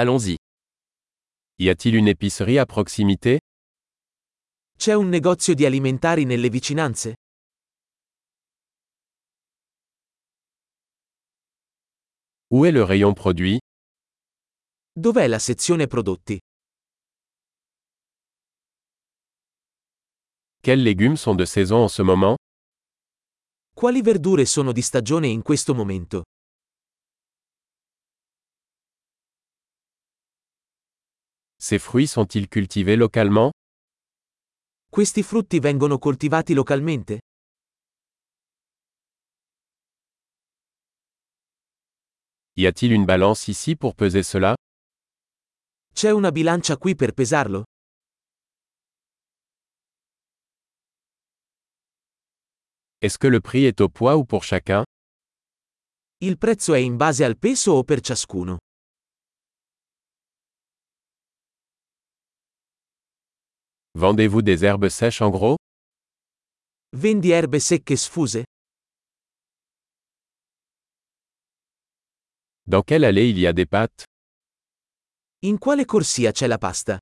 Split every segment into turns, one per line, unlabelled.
Allons-y. Y a-t-il une épicerie à proximité
C'è un negozio di alimentari nelle vicinanze?
Où est le rayon produit
Dov'è la sezione prodotti?
Quels légumes sont de saison en ce moment
Quali verdure sono di stagione in questo momento?
Ces fruits sont-ils cultivés localement
Questi frutti vengono coltivati localmente?
Y a-t-il une balance ici pour peser cela
C'è una bilancia qui per pesarlo?
Est-ce que le prix est au poids ou pour chacun
Il prezzo è in base al peso o per ciascuno?
Vendez-vous des herbes sèches en gros
Vendi erbe secche e sfuse?
Dans quelle allée il y a des pâtes
In quale corsia c'è la pasta?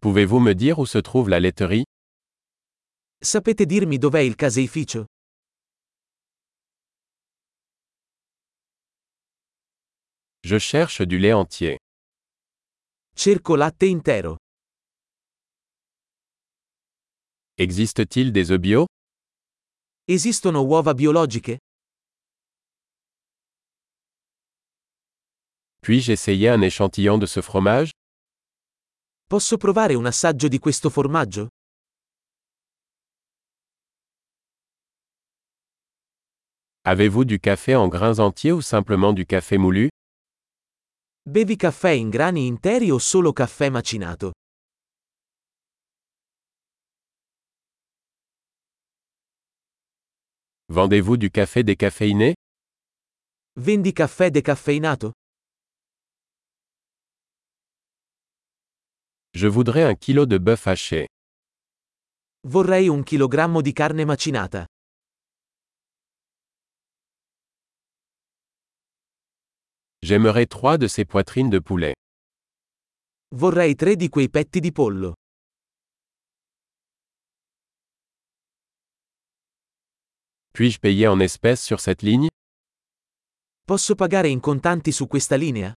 Pouvez-vous me dire où se trouve la laiterie
Sapete dirmi dov'è il caseificio?
Je cherche du lait entier.
Cerco latte intero.
Existe-t-il des œufs bio
Esistono uova biologiche?
Puis-je essayer un échantillon de ce fromage
Posso provare un assaggio di questo formaggio?
Avez-vous du café en grains entiers ou simplement du café moulu
Bevi caffè in grani interi o solo caffè macinato?
Vendez-vous du café décaféiné
Vendi caffè decaffeinato?
Je voudrais un kilo de bœuf haché.
Vorrei un chilogrammo di carne macinata.
J'aimerais trois de ces poitrines de poulet.
Vorrei tre di quei petti di pollo.
Puis-je payer en espèces sur cette ligne
Posso pagare in contanti su questa linea?